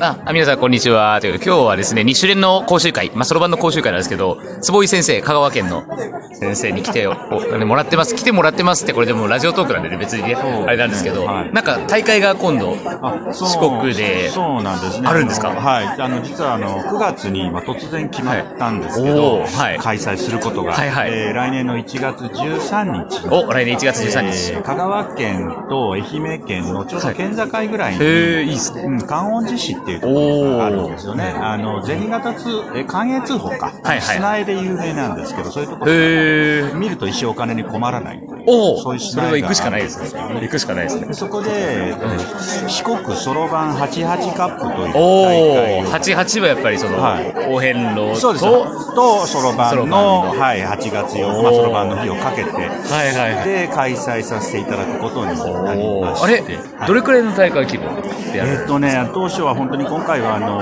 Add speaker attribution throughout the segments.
Speaker 1: あ、あ皆さん、こんにちは。ということで、今日はですね、日連の講習会、まあ、そろばんの講習会なんですけど、坪井先生、香川県の先生に来ておおねもらってます。来てもらってますって、これでもうラジオトークなんでね、別にね、あれなんですけど、
Speaker 2: はい
Speaker 1: なんか大会が今度、
Speaker 2: あそう
Speaker 1: 四国で
Speaker 2: そうなんですね
Speaker 1: あるんですか
Speaker 2: あのはいあの実はあの9月に、まあ、突然決まったんですけど、
Speaker 1: はいおーはい
Speaker 2: 開催することが、
Speaker 1: はいはい
Speaker 2: えー来年の1月13日に
Speaker 1: お、来年1月13日。
Speaker 2: えー香川県と愛媛県のちょうど県境ぐらいに、
Speaker 1: へえ、いいっすね。
Speaker 2: うん、観音寺市っていうところがあるんですよね。あの、銭形通、え、関越通報か。
Speaker 1: はいはい
Speaker 2: 砂江で有名なんですけど、そういうところ、
Speaker 1: へえ。
Speaker 2: 見ると一生お金に困らないという
Speaker 1: お
Speaker 2: そうい
Speaker 1: お、
Speaker 2: う
Speaker 1: そ
Speaker 2: 砂
Speaker 1: れ
Speaker 2: 江
Speaker 1: は
Speaker 2: が
Speaker 1: 行くしかないですね。行くしかないですね。
Speaker 2: でそこで、えっと四国そろばん88カップという
Speaker 1: お
Speaker 2: 大
Speaker 1: お、
Speaker 2: 会を。
Speaker 1: 88はやっぱりその、
Speaker 2: はい
Speaker 1: お遍路
Speaker 2: そう
Speaker 1: と、
Speaker 2: ですと、そろば
Speaker 1: そろばん
Speaker 2: ん
Speaker 1: の
Speaker 2: の、はい、8月4日、まあ
Speaker 1: おー
Speaker 2: そろばんの日をかけて、
Speaker 1: はいはいはい。
Speaker 2: で、開催させていただくことになり
Speaker 1: お
Speaker 2: ま
Speaker 1: ー
Speaker 2: し
Speaker 1: あれ
Speaker 2: て。はい
Speaker 1: どれくらいの大会規模でやる
Speaker 2: えっとね、当初は本当に今回はあの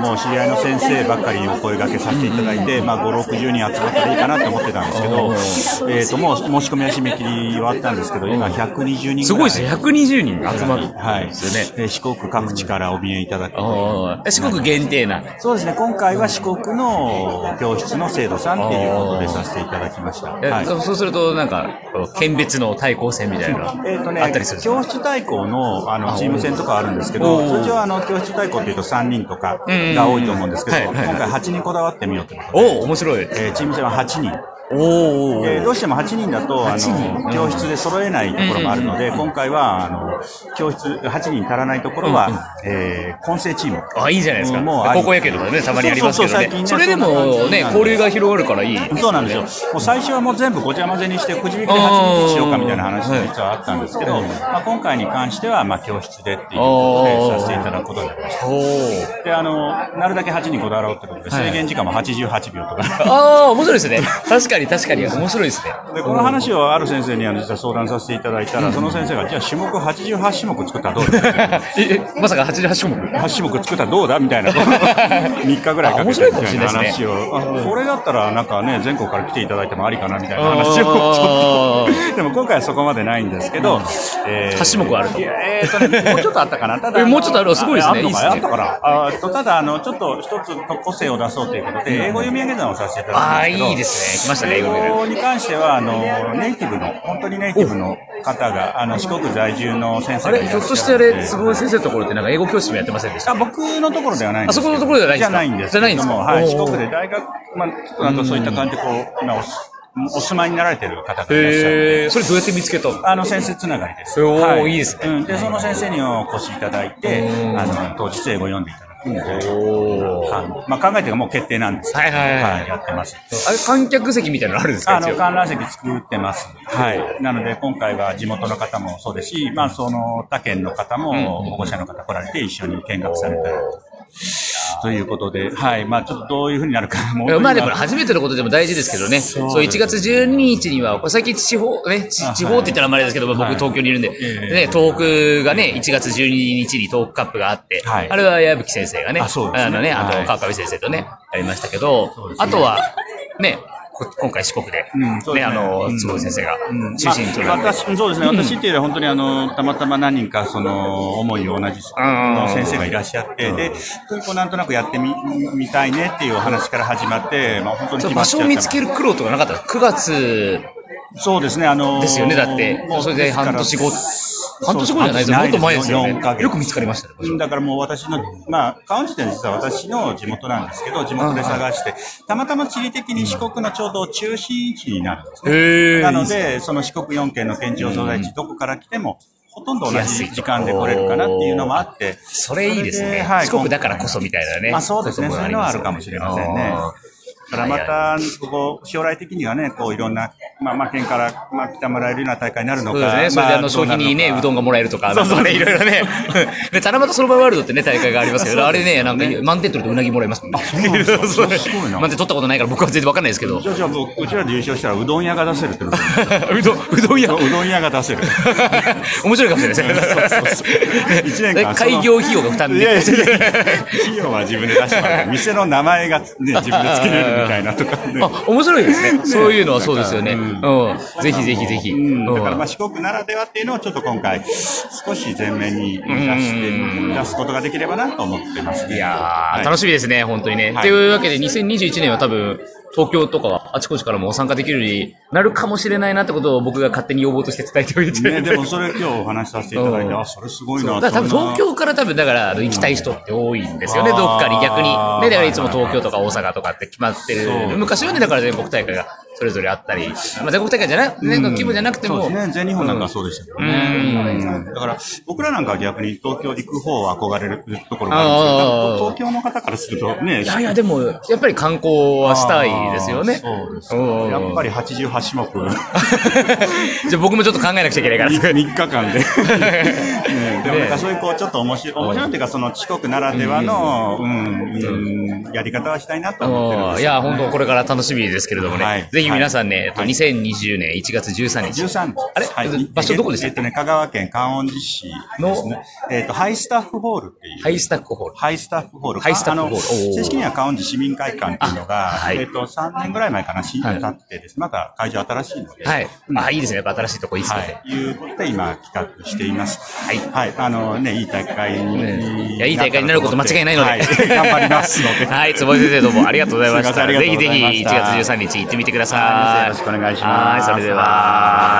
Speaker 2: もう知り合いの先生ばっかりにお声掛けさせていただいて、まあ、5、60人集まったらいいかなと思ってたんですけど、えっともう申し込みは締め切り終わったんですけど、今、120人ぐらい
Speaker 1: すごいですね。120人が集まるん
Speaker 2: はい
Speaker 1: ですよね。
Speaker 2: で四国各地からお見えいただくという
Speaker 1: おーえ四国限定な。
Speaker 2: そうですね、今回は四国の教室の生徒さんっていうことでさせていただきました。
Speaker 1: え
Speaker 2: はい
Speaker 1: そうすると、なんか、こう県別の対抗戦みたいな、
Speaker 2: えーとね
Speaker 1: あったりするんですか
Speaker 2: 教室対抗のあ
Speaker 1: あ
Speaker 2: のチーム戦とかあるんですけ
Speaker 1: おー
Speaker 2: ど、通常はあの教室対抗っていうと3人とか
Speaker 1: うんうん
Speaker 2: が多いと思うんですけど、
Speaker 1: はいはいはい
Speaker 2: 今回8人こだわってみようってこと
Speaker 1: おお、面白い。
Speaker 2: えーチーム戦は8人。
Speaker 1: おーお
Speaker 2: えー
Speaker 1: ー
Speaker 2: どうしても8人だと、あ
Speaker 1: 8人
Speaker 2: の、教室で揃えないところもあるので、今回は、あの、教室、8人足らないところは、えー混成チーム。
Speaker 1: あ、いいじゃないですか。
Speaker 2: うんもうあり
Speaker 1: 高校野球とかね、たまにありますけ
Speaker 2: そうそうそう
Speaker 1: ど
Speaker 2: 最近
Speaker 1: ね。
Speaker 2: ね
Speaker 1: それで
Speaker 2: そんな感
Speaker 1: も
Speaker 2: じ
Speaker 1: ね、
Speaker 2: なんで
Speaker 1: 交流が広がるからいい。
Speaker 2: そうなんですよ。もう最初はもう全部ごちゃ混ぜにして、くじ引きで8人にしようかみたいな話が実はあったんですけど、まあ、今回に関しては、まあ、教室でっていうことでさせていただくことになりました。
Speaker 1: おお。
Speaker 2: で、あの、なるだけ8人こだわろうってことで、制限時間も88秒とか。
Speaker 1: ああ、面白いですね。確かに確かに。面白いですね。
Speaker 2: で、この話をある先生にあの実は相談させていただいたら、その先生が、じゃあ種目88種目作ったらどうだ
Speaker 1: え、えまさか88種目
Speaker 2: 8種目作ったらどうだみたいな、3日ぐらいかけてみたいな
Speaker 1: あ面白いかもし
Speaker 2: 話を、あこれだったらなんかね、全国から来ていただいてもありかなみたいな話を、ち
Speaker 1: あー
Speaker 2: ょっと、でも今回はそこまでないんですけど、え
Speaker 1: 8種目あると
Speaker 2: いやえーとね、もうちょっとあったかな、ただ、
Speaker 1: えもうちょっとあるすごいです
Speaker 2: あ
Speaker 1: ね
Speaker 2: あんのか
Speaker 1: いいっすね
Speaker 2: あったから、あーっとただあの、ちょっと一つの個性を出そうということで、英語読み上げ算をさせていただいたん
Speaker 1: あー、
Speaker 2: ですけど、
Speaker 1: いいですね。来ましたね、
Speaker 2: 英
Speaker 1: 英語で。
Speaker 2: 語に関してはあのネイティブの本当にネイティブの方があの四国在住の先生
Speaker 1: あ
Speaker 2: がい
Speaker 1: れ、ひ
Speaker 2: ら
Speaker 1: ょ
Speaker 2: っゃる
Speaker 1: っとしてあれ、坪井先生のところってなんか英語教室もやってませんでした
Speaker 2: あ僕のところではないんですけど
Speaker 1: あそこのところじゃないんですか
Speaker 2: じゃないんです
Speaker 1: じゃないんですか
Speaker 2: もはい、
Speaker 1: おー
Speaker 2: 四国で大学まあちょっとなんかそういった感じでこう今お住お住まいになられてる方がいらっしゃる
Speaker 1: へえ、それどうやって見つけたの
Speaker 2: あの先生つながりです。
Speaker 1: おーいいですね
Speaker 2: うんでその先生にお越しいただいてあの当日英語を読んでいただくんで、はいまあ考えてがもう決定なんですけど。
Speaker 1: はいはいはい
Speaker 2: やってます。
Speaker 1: あれ、観客席みたいなのあるんですか
Speaker 2: あ
Speaker 1: 一
Speaker 2: の、
Speaker 1: 応
Speaker 2: 観覧席作ってます。はい。なので、今回は地元の方もそうですし、まあ、その他県の方も、保護者の方来られて一緒に見学されたり。ということで、はい。まあ、ちょっとどういうふうになるか、も
Speaker 1: いや
Speaker 2: う。
Speaker 1: まあでも初めてのことでも大事ですけどね。そう、1月12日には、これ最近地方、ね、ち
Speaker 2: あ
Speaker 1: 地方って言ったらあんまりですけど、僕
Speaker 2: はい
Speaker 1: 東京にいるんで、
Speaker 2: ええ
Speaker 1: ね、東北がね、1月12日に東北カップがあって、
Speaker 2: はい
Speaker 1: あれは矢吹先生がね、
Speaker 2: あそうですね
Speaker 1: のね、あ
Speaker 2: は
Speaker 1: と
Speaker 2: い
Speaker 1: 川上先生とね、やりましたけど、あとは、ね、こ今回四国で、
Speaker 2: うんそうで
Speaker 1: ね、
Speaker 2: す
Speaker 1: あ
Speaker 2: ね
Speaker 1: の
Speaker 2: う、ん
Speaker 1: 坪井先生が
Speaker 2: うん
Speaker 1: 中心に取られて
Speaker 2: まあ、私そうですね、私っていうよりは本当にあのたまたま何人かその思いを同じの先生がいらっしゃって、で、こうなんとなくやってみみたいねっていうお話から始まって、まあ、本当に
Speaker 1: そ
Speaker 2: 決
Speaker 1: う
Speaker 2: ま
Speaker 1: 場
Speaker 2: っちゃっ
Speaker 1: 所
Speaker 2: た
Speaker 1: を
Speaker 2: の
Speaker 1: 見つける苦労とかなかったの ?9 月
Speaker 2: そうですね、あのー
Speaker 1: ですよね、だって。それで半年後。半年後じゃないですよ。もっと前ですよ、ね
Speaker 2: 4ヶ。月
Speaker 1: よく見つかりましたね。場所
Speaker 2: だからもう私の、まあ、カウンジ店実は私の地元なんですけど、地元で探して、たまたま地理的に四国のちょうど中心地になるんですね。
Speaker 1: へ
Speaker 2: なので、その四国4県の県庁所在地、どこから来ても、ほとんど同じ時間で来れるかなっていうのもあって、
Speaker 1: それいいです
Speaker 2: それ
Speaker 1: ね
Speaker 2: で。はい
Speaker 1: 四国だからこそみたいなね。
Speaker 2: まあそうですね、
Speaker 1: とこ
Speaker 2: そうい
Speaker 1: ろ
Speaker 2: うのはあるかもしれませんね。だからまた、ここ、将来的にはね、こういろんな、まあ、まあ、県から、まあ、来てもらえるような大会になるの
Speaker 1: あー
Speaker 2: か。
Speaker 1: そうですね。それであの、商品にね、うどんがもらえるとか、なんかね、いろいろね。 で、七夕そろばんワールドってね、大会がありま すけど、あれね、なんか満点取るとうなぎもらえますもんね。 そう
Speaker 2: すごいな
Speaker 1: 満点取ったことないから僕は全然わかんないですけ ど。
Speaker 2: じゃあ、じゃあ僕、うちらで優勝したらうどん屋が出せるってこと
Speaker 1: うどん、うどん屋。
Speaker 2: うどん屋が出せる。
Speaker 1: 面白いかもしれないですね。
Speaker 2: 一年間その
Speaker 1: 開業費用が負担
Speaker 2: い
Speaker 1: で
Speaker 2: やいやいや費用は自分で出してもらうから店の名前がね、自分でつけれるんみたいなとかね。
Speaker 1: あ、面白いですね。そういうのはそうですよね。うん。ぜひぜひぜひ。
Speaker 2: うんだからまあ
Speaker 1: うん
Speaker 2: 四国ならではっていうのをちょっと今回少し前面に出して、出すことができればなと思ってますね。
Speaker 1: いや
Speaker 2: は
Speaker 1: ー、楽しみですね、本当にね。
Speaker 2: はい
Speaker 1: というわけで、2021年は多分、東京とか、あちこちからも参加できるようになるかもしれないなってことを僕が勝手に要望として伝えておいて。
Speaker 2: ね、でもそれ今日お話しさせていただいて、
Speaker 1: うん
Speaker 2: あ、それすごい
Speaker 1: そう
Speaker 2: な
Speaker 1: だから多分
Speaker 2: そんな
Speaker 1: 東京から多分だからあの行きたい人って多いんですよね、
Speaker 2: うん
Speaker 1: どっかに逆に。
Speaker 2: あー
Speaker 1: ね、だからいつも東京とか大阪とかって決まって
Speaker 2: そうです
Speaker 1: る。
Speaker 2: ね
Speaker 1: 昔はね、だから全国大会がそれぞれあったり、まあ、全国大会じゃなくて、ね、規模じゃなくても、
Speaker 2: そうですね、全日本なんかそうでしたけどね。うんだから、僕らなんかは逆に東京行く方は憧れるところがあるんですけど、多分東京の方からするとね、
Speaker 1: いやいや、でも、やっぱり観光はしたいですよね。
Speaker 2: そうです
Speaker 1: うん
Speaker 2: ね。やっぱり88種目、
Speaker 1: じゃあ僕もちょっと考えなくちゃいけないから。
Speaker 2: 3日間 で。ねでもなんかそういうこう、ちょっと面白い、面白いっていうか、その四国ならではの、うん、うんやり方はしたいなと思ってるん
Speaker 1: うん
Speaker 2: で
Speaker 1: い
Speaker 2: すよ
Speaker 1: や、本当これから楽しみですけれどもね。
Speaker 2: はい
Speaker 1: ぜひ皆さんね、
Speaker 2: はい
Speaker 1: えっと
Speaker 2: はい
Speaker 1: 2020年1月13日。
Speaker 2: 13
Speaker 1: あれ場所どこでした
Speaker 2: えっとね、香川県観音寺市ですね。えっと、ハイスタッフホールっていう。
Speaker 1: ハイスタックホール。
Speaker 2: ハイスタッフホール。
Speaker 1: ハイスタッフホー
Speaker 2: あ
Speaker 1: ルおー
Speaker 2: の正式には観音寺市民会館っていうのが、
Speaker 1: あはい
Speaker 2: えっ、と、3年ぐらい前かな、新
Speaker 1: はい
Speaker 2: 年経ってですね、まだ会場新しいので、。
Speaker 1: はいい。あ、いいですね。やっぱ新しいとこいいですね。
Speaker 2: はい。いうことで今企画しています。
Speaker 1: はい
Speaker 2: はい。あのね、いい大会に、
Speaker 1: ねいやいい大会になること間違いないので
Speaker 2: は頑張りますので。
Speaker 1: はい、坪井先生どうもありがとうございまし
Speaker 2: すいません
Speaker 1: た。
Speaker 2: ありが
Speaker 1: ぜ
Speaker 2: とう
Speaker 1: ひ
Speaker 2: ござ
Speaker 1: ぜ
Speaker 2: いま
Speaker 1: ひ1
Speaker 2: した
Speaker 1: 月13日行ってみてください。
Speaker 2: よろしくお願いします
Speaker 1: はい、それでは。